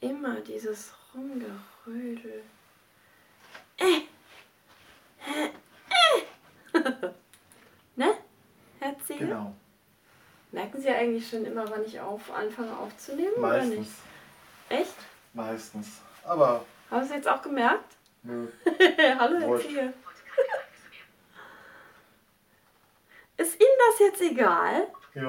Immer dieses Rumgerödel. Äh. Äh. Äh. ne? Erzähl. Genau. Merken Sie eigentlich schon immer, wann ich auf anfange aufzunehmen oder nicht? Meistens. Echt? Meistens. Aber Haben Sie es jetzt auch gemerkt? nö. Hallo, Herr Wurscht. Ziege. Ist Ihnen das jetzt egal? Ja.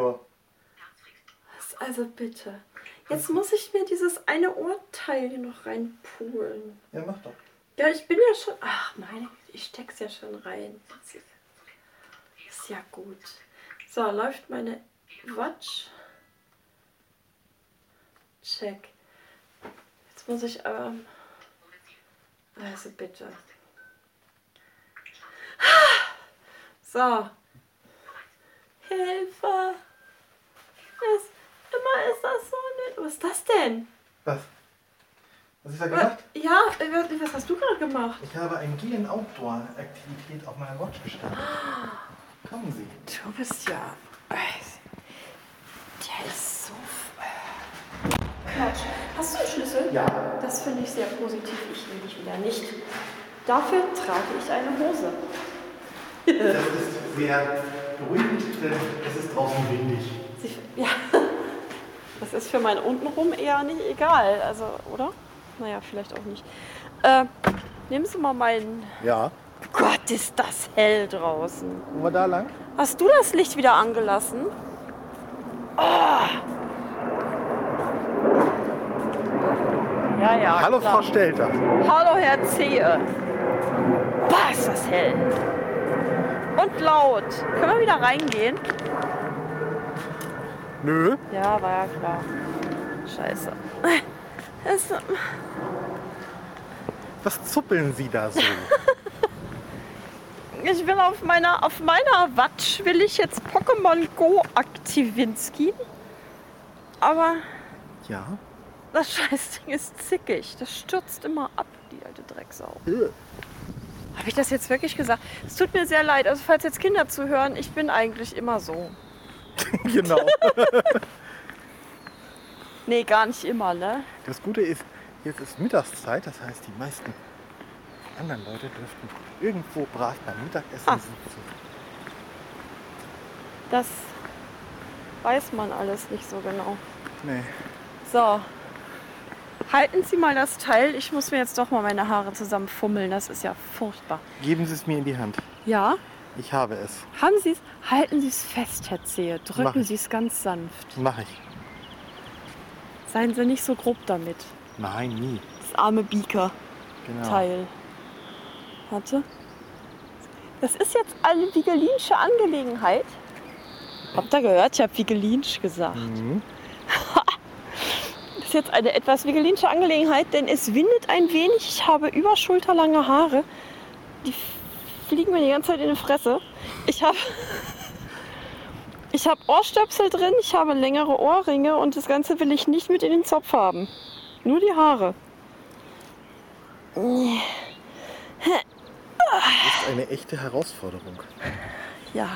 Was, Also bitte. Jetzt muss ich mir dieses eine Urteil hier noch reinpulen. Ja, mach doch. Ja, ich bin ja schon. Ach, meine Güte, ich steck's ja schon rein. Ist ja gut. So, läuft meine Watch. Check. Jetzt muss ich aber. Also bitte. Ah! So. Hilfe! Das, immer ist das so nett. Was ist das denn? Was? Was ich da gemacht? Ja, äh, was, was hast du gerade gemacht? Ich habe ein Gehen Outdoor Aktivität auf meiner Watch gestartet. Kommen Sie. Du bist ja. Der ist so. Quatsch. Hast du einen Schlüssel? Ja. Das finde ich sehr positiv. Ich will dich wieder nicht. Dafür trage ich eine Hose. Das ist sehr beruhigend, denn es ist draußen windig. Sie, ja. Das ist für mein Untenrum eher nicht egal. Also, oder? Naja, vielleicht auch nicht. Äh, nehmen Sie mal meinen. Ja. Gott, ist das hell draußen. Gucken wir da lang? Hast du das Licht wieder angelassen? Ah. Ja, ja. Hallo klar. Frau Stelter. Hallo, Herr Zehe. Bah, ist das hell. Und laut. Können wir wieder reingehen? Nö. Ja, war ja klar. Scheiße. Es, Was zuppeln Sie da so? ich will auf meiner, auf meiner Watch will ich jetzt Pokémon Go aktivinski. Aber ja. Das Scheißding ist zickig. Das stürzt immer ab, die alte Drecksau. Äh. Habe ich das jetzt wirklich gesagt? Es tut mir sehr leid. Also falls jetzt Kinder zuhören, ich bin eigentlich immer so. genau. Nee, gar nicht immer, ne? Das Gute ist, jetzt ist Mittagszeit, das heißt, die meisten anderen Leute dürften irgendwo brav beim Mittagessen Ah. sitzen. Das weiß man alles nicht so genau. Nee. So. Halten Sie mal das Teil. Ich muss mir jetzt doch mal meine Haare zusammenfummeln. Das ist ja furchtbar. Geben Sie es mir in die Hand. Ja? Ich habe es. Haben Sie es? Halten Sie es fest, Herr Zehe. Mach Drücken ich. Sie es ganz sanft. Mache ich. Seien Sie nicht so grob damit. Nein, nie. Das arme Biker. Genau. Teil. Warte. Das ist jetzt eine Vigelinsche Angelegenheit. Habt ihr gehört? Ich habe Vigelinsch gesagt. Mhm. Das ist jetzt eine etwas Vigelinsche Angelegenheit, denn es windet ein wenig. Ich habe überschulterlange Haare. Die fliegen mir die ganze Zeit in die Fresse. Ich habe ich hab Ohrstöpsel drin, ich habe längere Ohrringe und das Ganze will ich nicht mit in den Zopf haben. Nur die Haare. Das ist eine echte Herausforderung. Ja,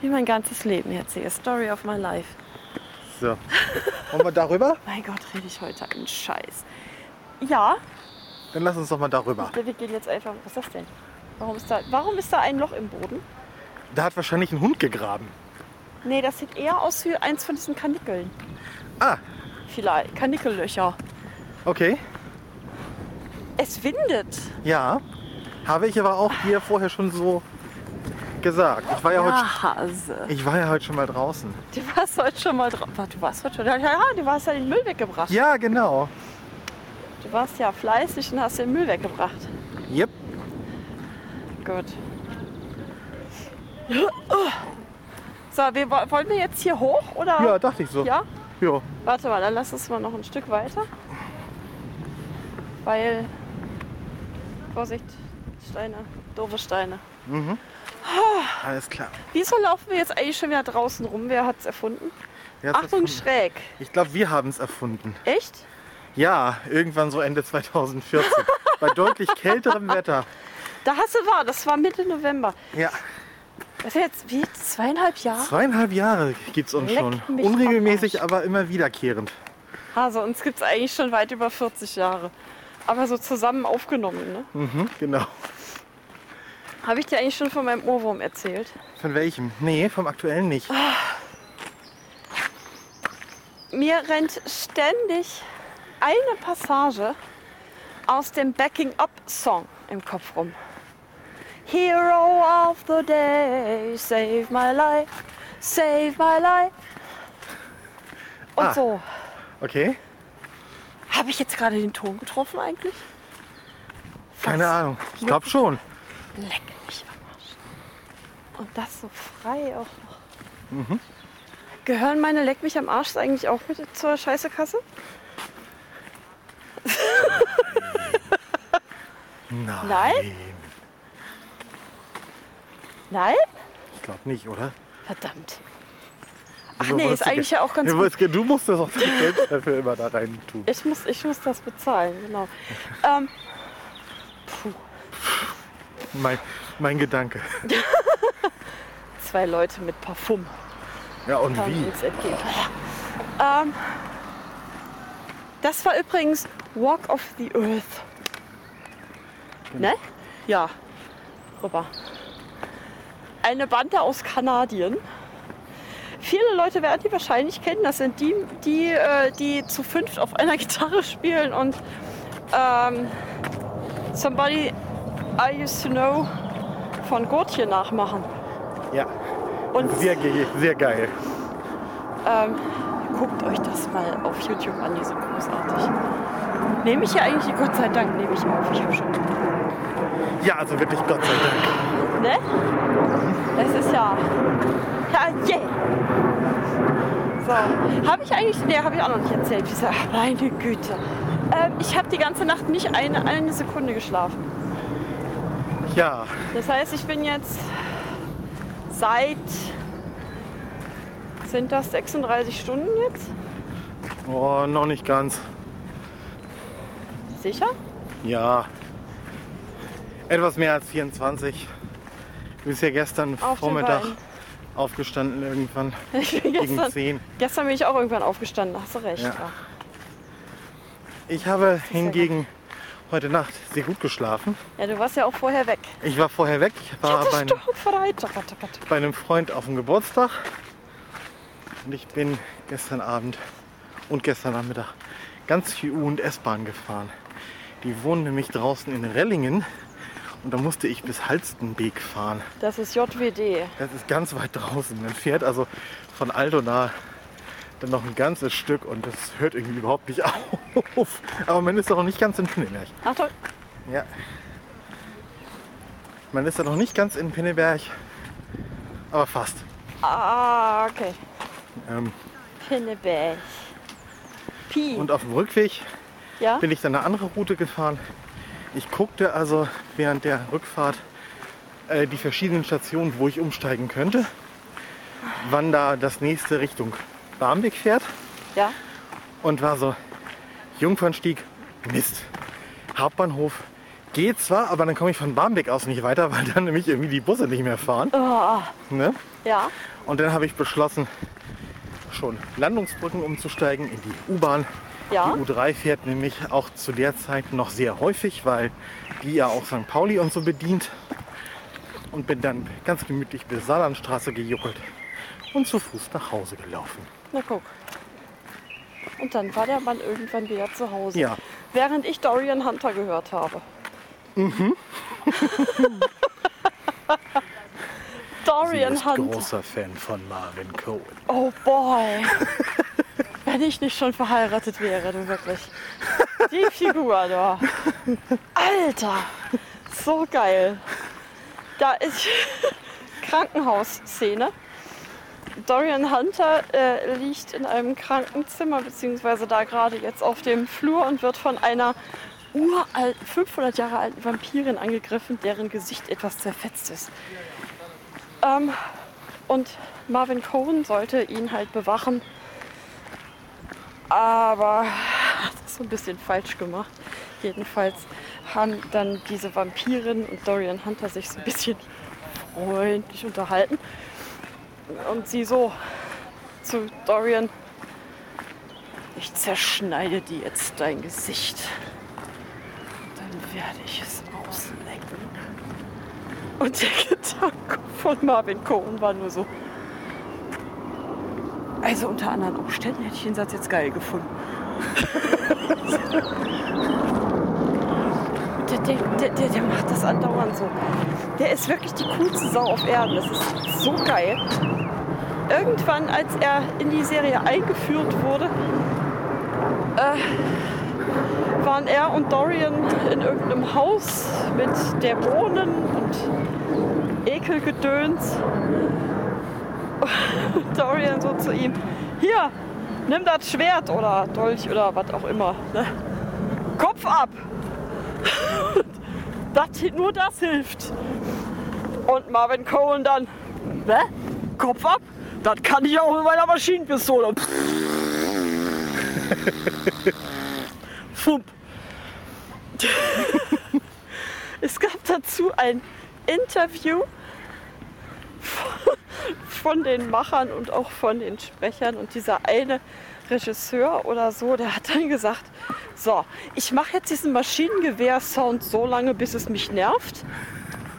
wie mein ganzes Leben jetzt hier. Story of my life. So. Wollen wir darüber? Mein Gott, rede ich heute einen Scheiß. Ja, Dann lass uns doch mal darüber. wir gehen jetzt einfach. Was ist das denn? Warum ist da, warum ist da ein Loch im Boden? Da hat wahrscheinlich ein Hund gegraben. Nee, das sieht eher aus wie eins von diesen Kanickeln. Ah, Vielleicht. Kanickellöcher. okay. Es windet. Ja. Habe ich aber auch hier vorher schon so gesagt. Ich war ja, heute, Ja, Hase. ich war ja heute schon mal draußen. Du warst heute schon mal drauf. Du warst heute schon. Ja, ja, du hast ja den Müll weggebracht. Ja, genau. Du warst ja fleißig und hast den Müll weggebracht. Yep. Gut. So, wir, wo- wollen wir jetzt hier hoch oder? Ja, dachte ich so. Ja? Ja. Warte mal, dann lass uns mal noch ein Stück weiter. Weil. Vorsicht, Steine, doofe Steine. Alles klar. Wieso laufen wir jetzt eigentlich schon wieder draußen rum? Wer hat's erfunden? Wer hat's Achtung, erfunden? schräg. Ich glaube, wir haben es erfunden. Echt? Ja, irgendwann so Ende 2014. bei deutlich kälterem Wetter. Da hast du wahr, das war Mitte November. Ja, Das ist jetzt wie zweieinhalb Jahre? zweieinhalb Jahre gibt es uns Leck schon. mich am Unregelmäßig, Arsch. aber immer wiederkehrend. Also uns gibt es eigentlich schon weit über 40 Jahre. Aber so zusammen aufgenommen, ne? Mhm, genau. Habe ich dir eigentlich schon von meinem Ohrwurm erzählt? Von welchem? Nee, vom aktuellen nicht. Mir rennt ständig eine Passage aus dem Backing Up Song im Kopf rum. Hero of the day, save my life, save my life. Und Ah. so. Okay, Habe ich jetzt gerade den Ton getroffen eigentlich? keine Was? Ahnung. Ich glaube schon. Leck mich am Arsch. Und das so frei auch noch. Gehören meine Leck mich am Arsch eigentlich auch mit zur Scheißekasse? Nein. Nein? Nein? Ich glaube nicht, oder? Verdammt. Ach nee, ist eigentlich ja auch ganz gut. Du musst das auch das Geld dafür immer da rein tun. Ich muss, ich muss das bezahlen, genau. Ähm, Mein, mein Gedanke. zwei Leute mit Parfum Ja, und kamen wie? uns entgegen. Ähm, das war übrigens Walk of the Earth. Ne? Ja. Rüber. Eine Bande aus Kanadien. Viele Leute werden die wahrscheinlich kennen. Das sind die, die, äh, die zu fünft auf einer Gitarre spielen und ähm, Somebody I Used to Know von Gotje nachmachen. Ja, Und sehr, ge- sehr geil. ähm, guckt euch das mal auf YouTube an, die sind großartig. Nehme ich ja eigentlich, Gott sei Dank, nehme ich auf. Ich habe schon Ja, also wirklich Gott sei Dank. Ne? Das ist ja. Ja, yeah. So, habe ich eigentlich. Ne, habe ich auch noch nicht erzählt. Ich so, ach, meine Güte. Ähm, ich habe die ganze Nacht nicht eine, eine Sekunde geschlafen. Ja, Das heißt, ich bin jetzt seit. Sind das 36 Stunden jetzt? oh, noch nicht ganz. Sicher? Ja, etwas mehr als 24. Du bist ja gestern Auf den Vormittag Beinen. aufgestanden irgendwann Ich bin gegen gestern, 10. gestern bin ich auch irgendwann aufgestanden. Hast du recht. Ja. Ja. Ich habe ja hingegen heute Nacht sehr gut geschlafen. ja, du warst ja auch vorher weg. Ich war vorher weg. Ich war Das bei ist einem, doch Freitag. Gott, oh Gott. bei einem Freund auf dem Geburtstag. Und ich bin gestern Abend und gestern Nachmittag ganz viel U- und S-Bahn gefahren. Die wohnen nämlich draußen in Rellingen. Und da musste ich bis Halstenbeek fahren. Das ist JWD. Das ist ganz weit draußen. Man fährt also von Altona dann noch ein ganzes Stück und das hört irgendwie überhaupt nicht auf. Aber man ist doch noch nicht ganz in Pinneberg. Achtung. Ja. Man ist doch noch nicht ganz in Pinneberg, aber fast. Ah, okay. Ähm, Pinneberg. Pi. und auf dem Rückweg ja? bin ich dann eine andere Route gefahren. Ich guckte also während der Rückfahrt äh, die verschiedenen Stationen, wo ich umsteigen könnte, wann da das nächste Richtung Barmbek fährt. ja? und war so, Jungfernstieg, Mist. Hauptbahnhof geht zwar, aber dann komme ich von Barmbek aus nicht weiter, weil dann nämlich irgendwie die Busse nicht mehr fahren. Ne? Ja? Und dann habe ich beschlossen, schon Landungsbrücken umzusteigen in die U-Bahn. Ja. Die U3 fährt nämlich auch zu der Zeit noch sehr häufig, weil die ja auch St. Pauli und so bedient. Und bin dann ganz gemütlich bis Saarlandstraße gejuckelt und zu Fuß nach Hause gelaufen. Na guck. Und dann war der Mann irgendwann wieder zu Hause. Ja. Während ich Dorian Hunter gehört habe. Mhm. Sie Dorian ist Hunter. großer Fan von Marvin Cohen. Oh boy. Wenn ich nicht schon verheiratet wäre, du wirklich. Die Figur da. Alter. So geil. Da ist Krankenhausszene. Dorian Hunter äh, liegt in einem Krankenzimmer, beziehungsweise da gerade jetzt auf dem Flur und wird von einer uralt, 500 Jahre alten Vampirin angegriffen, deren Gesicht etwas zerfetzt ist. Ähm, und Marvin Cohen sollte ihn halt bewachen. Aber hat das so ein bisschen falsch gemacht. Jedenfalls haben dann diese Vampirin und Dorian Hunter sich so ein bisschen freundlich unterhalten. Und sie so zu Dorian, Ich zerschneide dir jetzt dein Gesicht. Dann werde ich es auslecken. Und der Gedanke von Marvin Cohen war nur so. Also unter anderen Umständen hätte ich den Satz jetzt geil gefunden. der, der, der, der, der macht das andauernd so. Der ist wirklich die coolste Sau auf Erden. Das ist so geil. Irgendwann, als er in die Serie eingeführt wurde, äh, waren er und Dorian in irgendeinem Haus mit Dämonen und Ekelgedöns. Und Dorian so zu ihm, hier, nimm das Schwert oder Dolch oder was auch immer. Ne? Kopf ab! das, nur das hilft. Und Marvin Cohen dann, ne? Kopf ab? Das kann ich auch mit meiner Maschinenpistole. Fump. es gab dazu ein Interview von den Machern und auch von den Sprechern. Und dieser eine Regisseur oder so, der hat dann gesagt, so, ich mache jetzt diesen Maschinengewehr-Sound so lange, bis es mich nervt.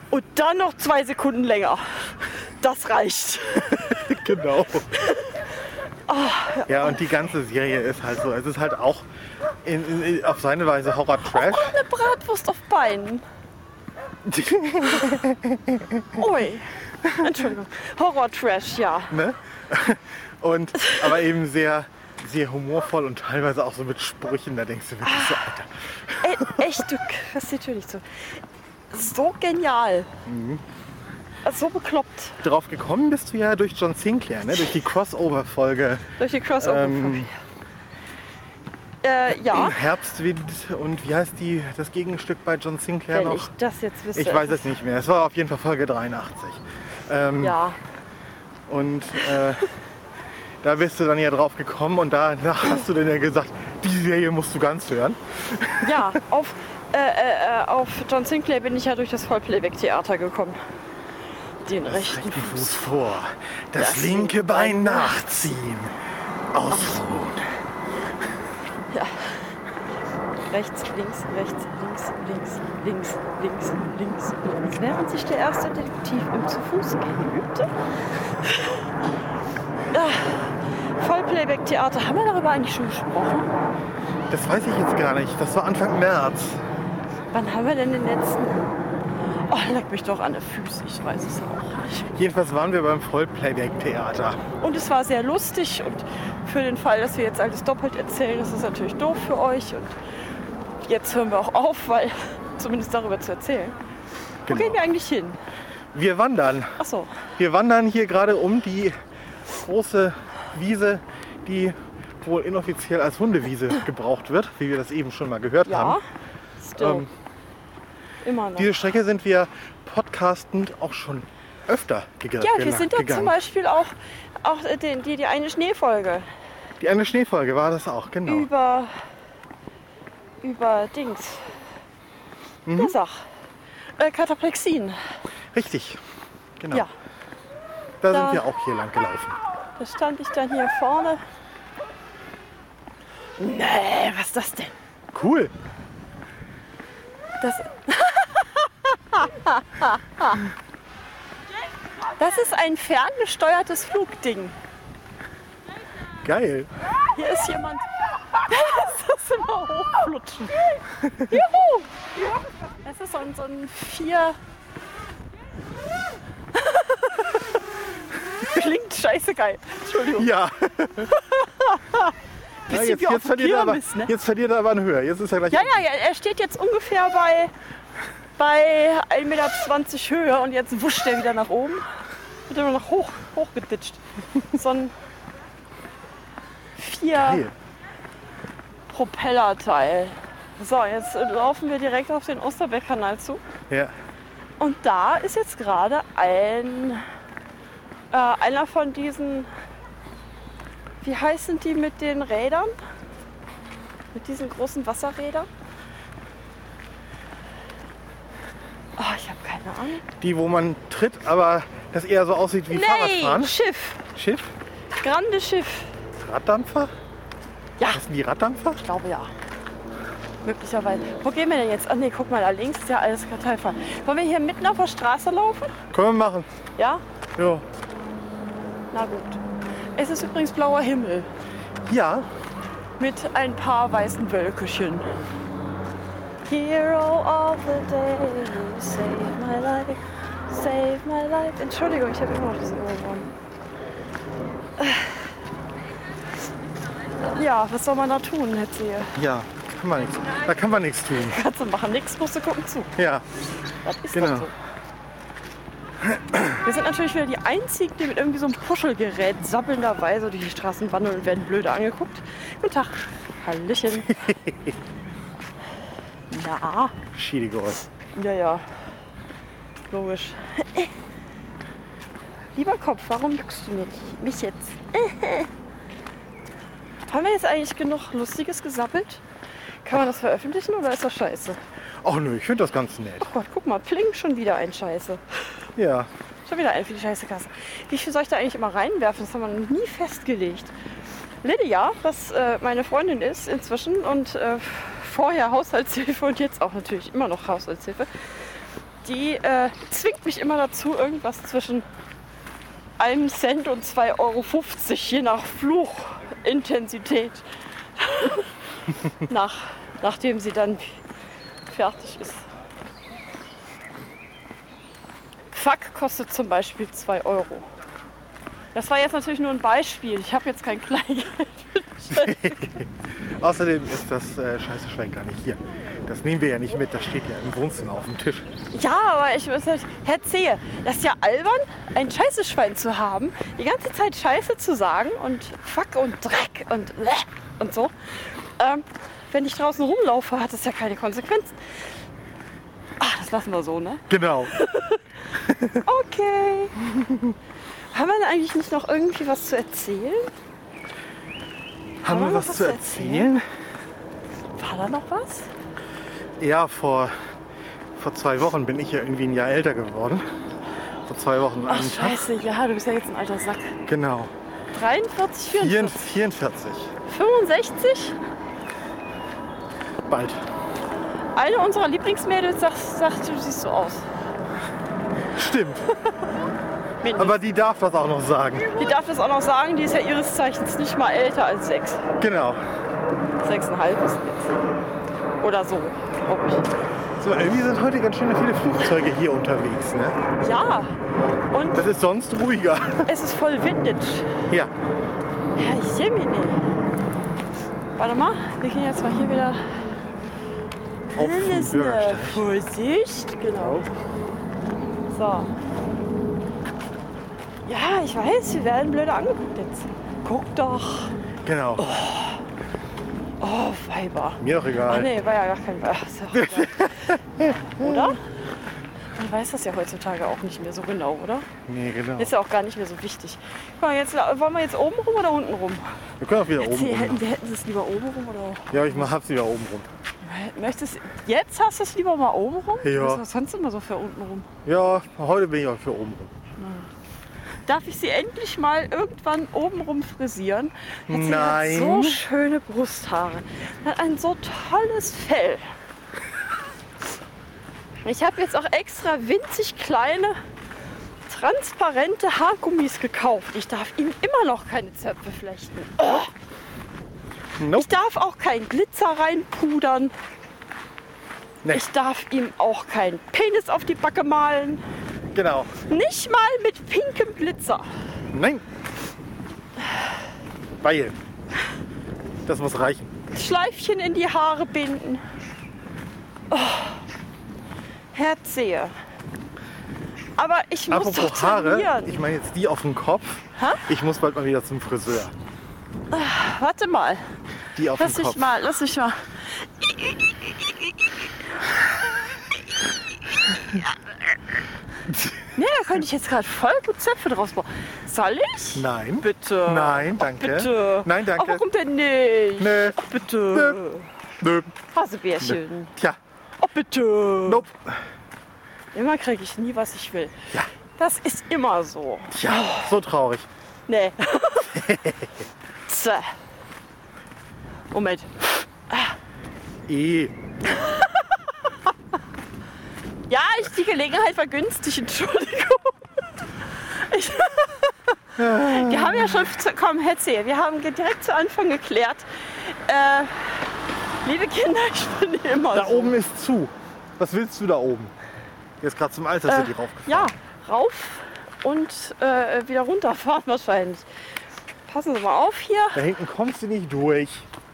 Und dann noch zwei Sekunden länger. Das reicht. genau. ja, und die ganze Serie ist halt so. Es ist halt auch in, in, in, auf seine Weise Horror-Trash. Eine Bratwurst auf Beinen. Ui. Entschuldigung. Horror-Trash, ja. ne? Und, aber eben sehr, sehr humorvoll und teilweise auch so mit Sprüchen. Da denkst du wirklich so, Alter. E echt, du kriegst die Tür nicht zu. So genial. So bekloppt. Drauf gekommen bist du ja durch John Sinclair, ne? durch die Crossover-Folge Durch die crossover Ähm. äh, Ja, Herbstwind und wie heißt die, das Gegenstück bei John Sinclair wenn noch? ich das jetzt wüsste. Ich weiß es nicht mehr. Es war auf jeden Fall Folge 83. Ähm, Ja, Und äh, da bist du dann ja drauf gekommen und danach hast du dann ja gesagt, die Serie musst du ganz hören. ja auf, äh, äh, äh, auf John Sinclair bin ich ja durch das Vollplayback-Theater gekommen. Den rechten Rechten Fuß vor, das, linke Bein nachziehen, ausruhen. Ja. Rechts, links, rechts, links, links, links, links, links, links. Während sich der erste Detektiv im zu Fuß gehen übte. Ah, Vollplayback-Theater. Haben wir darüber eigentlich schon gesprochen? Das weiß ich jetzt gar nicht. Das war Anfang März. Wann haben wir denn den letzten? Oh, leck mich doch an der Füße. Ich weiß es auch nicht. Jedenfalls waren wir beim Vollplayback-Theater. Und es war sehr lustig und für den Fall, dass wir jetzt alles doppelt erzählen, das ist natürlich doof für euch. Und jetzt hören wir auch auf, weil zumindest darüber zu erzählen. Wo Genau. gehen wir eigentlich hin? Wir wandern. Ach so, Wir wandern hier gerade um die große Wiese, die wohl inoffiziell als Hundewiese gebraucht wird, wie wir das eben schon mal gehört ja. haben. Still. Ähm, Immer noch. Diese Strecke sind wir podcastend auch schon öfter gega- Ja, wir gela- sind da gegangen. zum Beispiel auch, auch äh, den, die, die eine Schneefolge Die eine Schneefolge war das auch, genau. über, über Dings. Mhm. Der Sach. Äh, Kataplexin. Richtig. Genau. Ja, da, da- sind wir auch hier lang gelaufen. da stand ich dann hier vorne. Nee, was ist das denn? Cool. Das, das ist ein ferngesteuertes Flugding. Geil. Hier ist jemand. Das ist immer hochflutschen. Juhu! Das ist so ein, so ein vier. Klingt scheiße geil. Entschuldigung. Ja. ja Bisschen jetzt, wie auf jetzt, dem verliert er aber, Kirmes, ne? jetzt verliert er aber an Höhe. Jetzt ist er gleich. Ja, ja, ja, er steht jetzt ungefähr bei, bei 1,20 Meter Höhe und jetzt wuscht er wieder nach oben. Wird immer noch hoch, hochgeditscht. So ein vier Geil. Propellerteil. So, jetzt laufen wir direkt auf den Osterbeckkanal zu. Ja. Und da ist jetzt gerade ein äh, einer von diesen, wie heißen die mit den Rädern? Mit diesen großen Wasserrädern? Oh, ich habe keine Ahnung. Die, wo man tritt, aber das eher so aussieht wie Nee, Fahrradfahren. Schiff. Schiff, Grande Schiff. Raddampfer. Ja, Das sind die Raddampfer? ich glaube ja. Möglicherweise. Wo gehen wir denn jetzt? Ach nee, guck mal, da links ist ja alles Karteifahren. Wollen wir hier mitten auf der Straße laufen? Können wir machen. Ja? Ja. Na gut. Es ist übrigens blauer Himmel Ja, mit ein paar weißen Wölkchen. Hero of the day, save my life, save my life. Entschuldigung, ich habe immer noch das Ohr warm. Ja, was soll man da tun, Hetzi? ja. Kann man nichts. Da kann man nichts tun. Kannst du machen, nichts musst du gucken zu. Ja. Das ist Genau. doch so. Wir sind natürlich wieder die Einzigen, die mit irgendwie so einem Puschelgerät sappelnderweise durch die Straßen wandeln und werden blöde angeguckt. Guten Tag. Hallöchen. Na, Schiedegäu. ja, ja. Logisch. Lieber Kopf, warum juckst du mich, mich jetzt? Haben wir jetzt eigentlich genug Lustiges gesappelt? Kann man das veröffentlichen oder ist das scheiße? Ach nö, ich finde das ganz nett. Oh Gott, guck mal, Pling, schon wieder ein Scheiße. Ja. Schon wieder ein für die scheiße Kasse. Wie viel soll ich da eigentlich immer reinwerfen? Das haben wir noch nie festgelegt. Lydia, was äh, meine Freundin ist inzwischen und äh, vorher Haushaltshilfe und jetzt auch natürlich immer noch Haushaltshilfe, die äh, zwingt mich immer dazu, irgendwas zwischen einem Cent und 2,50 Euro, je nach Fluchintensität, nach, nachdem sie dann fertig ist. Fuck kostet zum Beispiel 2 Euro. Das war jetzt natürlich nur ein Beispiel. Ich habe jetzt kein Kleingeld. Außerdem ist das äh, scheiße Schwein gar nicht hier. Das nehmen wir ja nicht mit. Das steht ja im Wohnzimmer auf dem Tisch. Ja, aber ich muss halt, Herr Zehe, das ist ja albern, ein Scheißeschwein zu haben, die ganze Zeit Scheiße zu sagen und Fuck und Dreck und bleh und so. Ähm, wenn ich draußen rumlaufe, hat das ja keine Konsequenzen. Ach, das lassen wir so, ne? Genau. Okay. Haben wir denn eigentlich nicht noch irgendwie was zu erzählen? Haben wir was zu erzählen? War da noch was? Ja, vor, vor zwei Wochen bin ich ja irgendwie ein Jahr älter geworden. Vor zwei Wochen an Ach, einem Tag. scheiße, ja, du bist ja jetzt ein alter Sack. Genau. 43, 44. 44, 65? Bald. Eine unserer Lieblingsmädels sagt, sagt du siehst so aus. Stimmt. Mindestens. Aber die darf das auch noch sagen. Die darf das auch noch sagen, die ist ja ihres Zeichens nicht mal älter als sechs. Genau. Sechseinhalb ist sie jetzt. Oder so, glaube ich. So, irgendwie sind heute ganz schön viele Flugzeuge hier unterwegs. Ne? Ja, und Das ist sonst ruhiger. es ist voll windig. Ja. Herr Jemini. Warte mal, wir gehen jetzt mal hier wieder. Auf dem Bürgersteig. Vorsicht, genau. So. Ja, ich weiß, wir werden blöde angeguckt jetzt. Guck doch. Genau. Oh, Weiber. Mir doch Ach egal. Ah, nee, war ja gar kein Weiber. Ist ja auch egal. oder? Man weiß das ja heutzutage auch nicht mehr so genau, oder? Nee, genau. Ist ja auch gar nicht mehr so wichtig. Guck mal, jetzt, la- wollen wir jetzt oben rum oder unten rum? Wir können auch wieder Erzähl, halt. oben rum. hätten, wir hätten es lieber oben rum oder Ja, ich mach- hab's wieder oben rum. Möchtest jetzt hast du es lieber mal oben rum? Ja. Was ist das sonst immer so für unten rum? Ja, heute bin ich auch für oben rum. Darf ich sie endlich mal irgendwann oben rum frisieren? Hat sie Nein. Hat so schöne Brusthaare. Hat ein so tolles Fell. Ich habe jetzt auch extra winzig kleine transparente Haargummis gekauft. Ich darf ihm immer noch keine Zöpfe flechten. Ich Nope. darf auch kein Glitzer reinpudern. Nee, Ich darf ihm auch keinen Penis auf die Backe malen. genau. Nicht mal mit pinkem Glitzer. Nein. Weil. Das muss reichen. Schleifchen in die Haare binden. Oh, Herzehe. Aber ich muss doch Apropos Haare, trainieren. ich meine jetzt die auf dem Kopf. Hä? Ich muss bald mal wieder zum Friseur. Warte mal. Die auf Lass dem mich Kopf. mal, lass mich mal. Nee, da könnte ich jetzt gerade voll gut Zöpfe draus bauen. Soll ich? Nein. Bitte. Nein, danke. Bitte. Nein, danke. Ach, warum denn nicht? Nö. Bitte. Nö. Hasebärchen. Tja. Oh, bitte. Nope. Immer kriege ich nie, was ich will. Ja. Das ist immer so. Oh. Tja. So traurig. Nee. Zäh. Moment. Eh, Ja, ich, die Gelegenheit war günstig, Entschuldigung. Ich, wir haben ja schon, zu- komm, Hetze, wir haben ge- direkt zu Anfang geklärt. Äh, liebe Kinder, ich bin immer da so. oben ist zu. Was willst du da oben? Jetzt gerade zum Alter Äh. sind die rauf. Ja, rauf und äh, wieder runterfahren wahrscheinlich. Passen Sie mal auf hier. Da hinten kommst du nicht durch.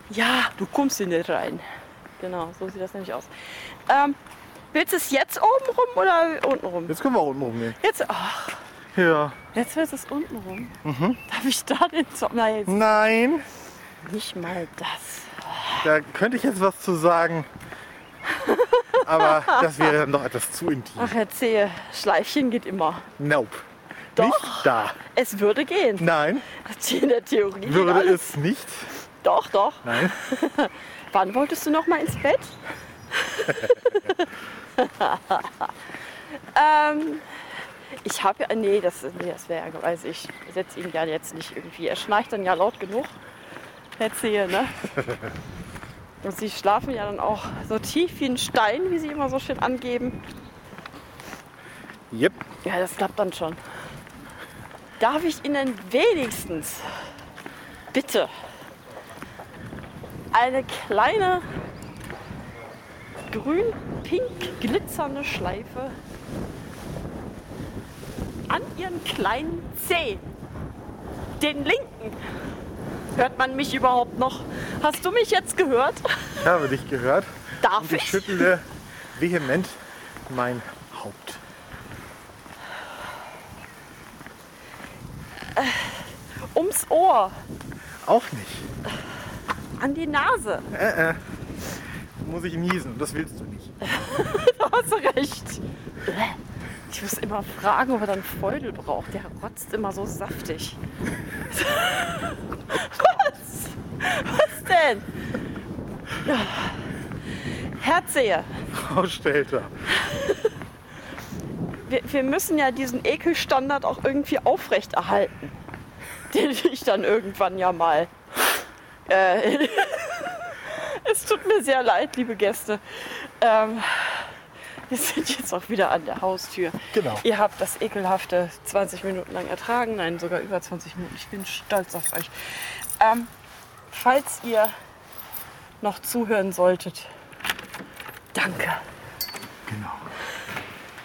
Ja, du kommst hier nicht rein. Genau, so sieht das nämlich aus. Ähm, willst du es jetzt oben rum oder unten rum? Jetzt können wir auch unten rumgehen. Jetzt, ach, Ja. jetzt willst du es unten rum. Mhm. Darf ich da den Zopf? Nein, jetzt Nein, Nicht mal das. da könnte ich jetzt was zu sagen. Aber das wäre dann doch etwas zu intim. Ach, erzähl, Schleifchen geht immer. Nope. Doch. Nicht da. Es würde gehen. Nein, In der Theorie. geht würde alles. es nicht. Doch, doch. Nein. Wann wolltest du noch mal ins Bett? ähm, ich habe ja, nee, das, nee, das wäre ja, ge- also ich setze ihn ja jetzt nicht irgendwie. Er schnarcht dann ja laut genug. Erzähl, ne? Und sie schlafen ja dann auch so tief wie ein Stein, wie sie immer so schön angeben. Yep. Ja, das klappt dann schon. Darf ich Ihnen wenigstens bitte eine kleine grün-pink glitzernde Schleife an Ihren kleinen Zeh, den linken. Hört man mich überhaupt noch? Hast du mich jetzt gehört? Ich habe dich gehört. Darf Und ich ich? schüttle vehement mein Haupt. Ums Ohr, Auch nicht. an die Nase. Muss ich niesen. Das willst du nicht. Da hast du recht. Ich muss immer fragen, ob er dann Feudel braucht. Der rotzt immer so saftig. Was? Was denn? Ja. Herzehe, Frau Stelter. wir, wir müssen ja diesen Ekelstandard auch irgendwie aufrechterhalten. Den ich dann irgendwann ja mal. Äh, es tut mir sehr leid, liebe Gäste. Ähm, wir sind jetzt auch wieder an der Haustür. Genau. Ihr habt das ekelhafte 20 Minuten lang ertragen. Nein, sogar über 20 Minuten. Ich bin stolz auf euch. Ähm, falls ihr noch zuhören solltet, danke. Genau.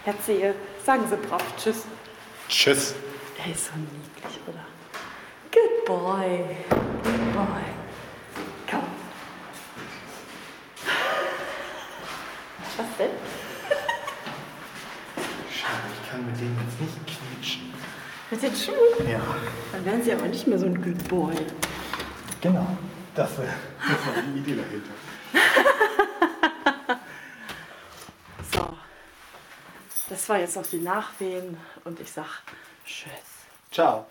Herr Zehe, sagen Sie brav Tschüss. Tschüss. Er ist so niedlich, oder? Good boy. Good boy. Komm. Was denn? Schade, ich kann mit dem jetzt nicht knitschen. Mit den Schuhen? Ja, Dann wären Sie aber nicht mehr so ein Good Boy. genau. Das wäre das wär die Idee dahinter. So. Das war jetzt noch die Nachwehen und ich sag Tschüss. Ciao.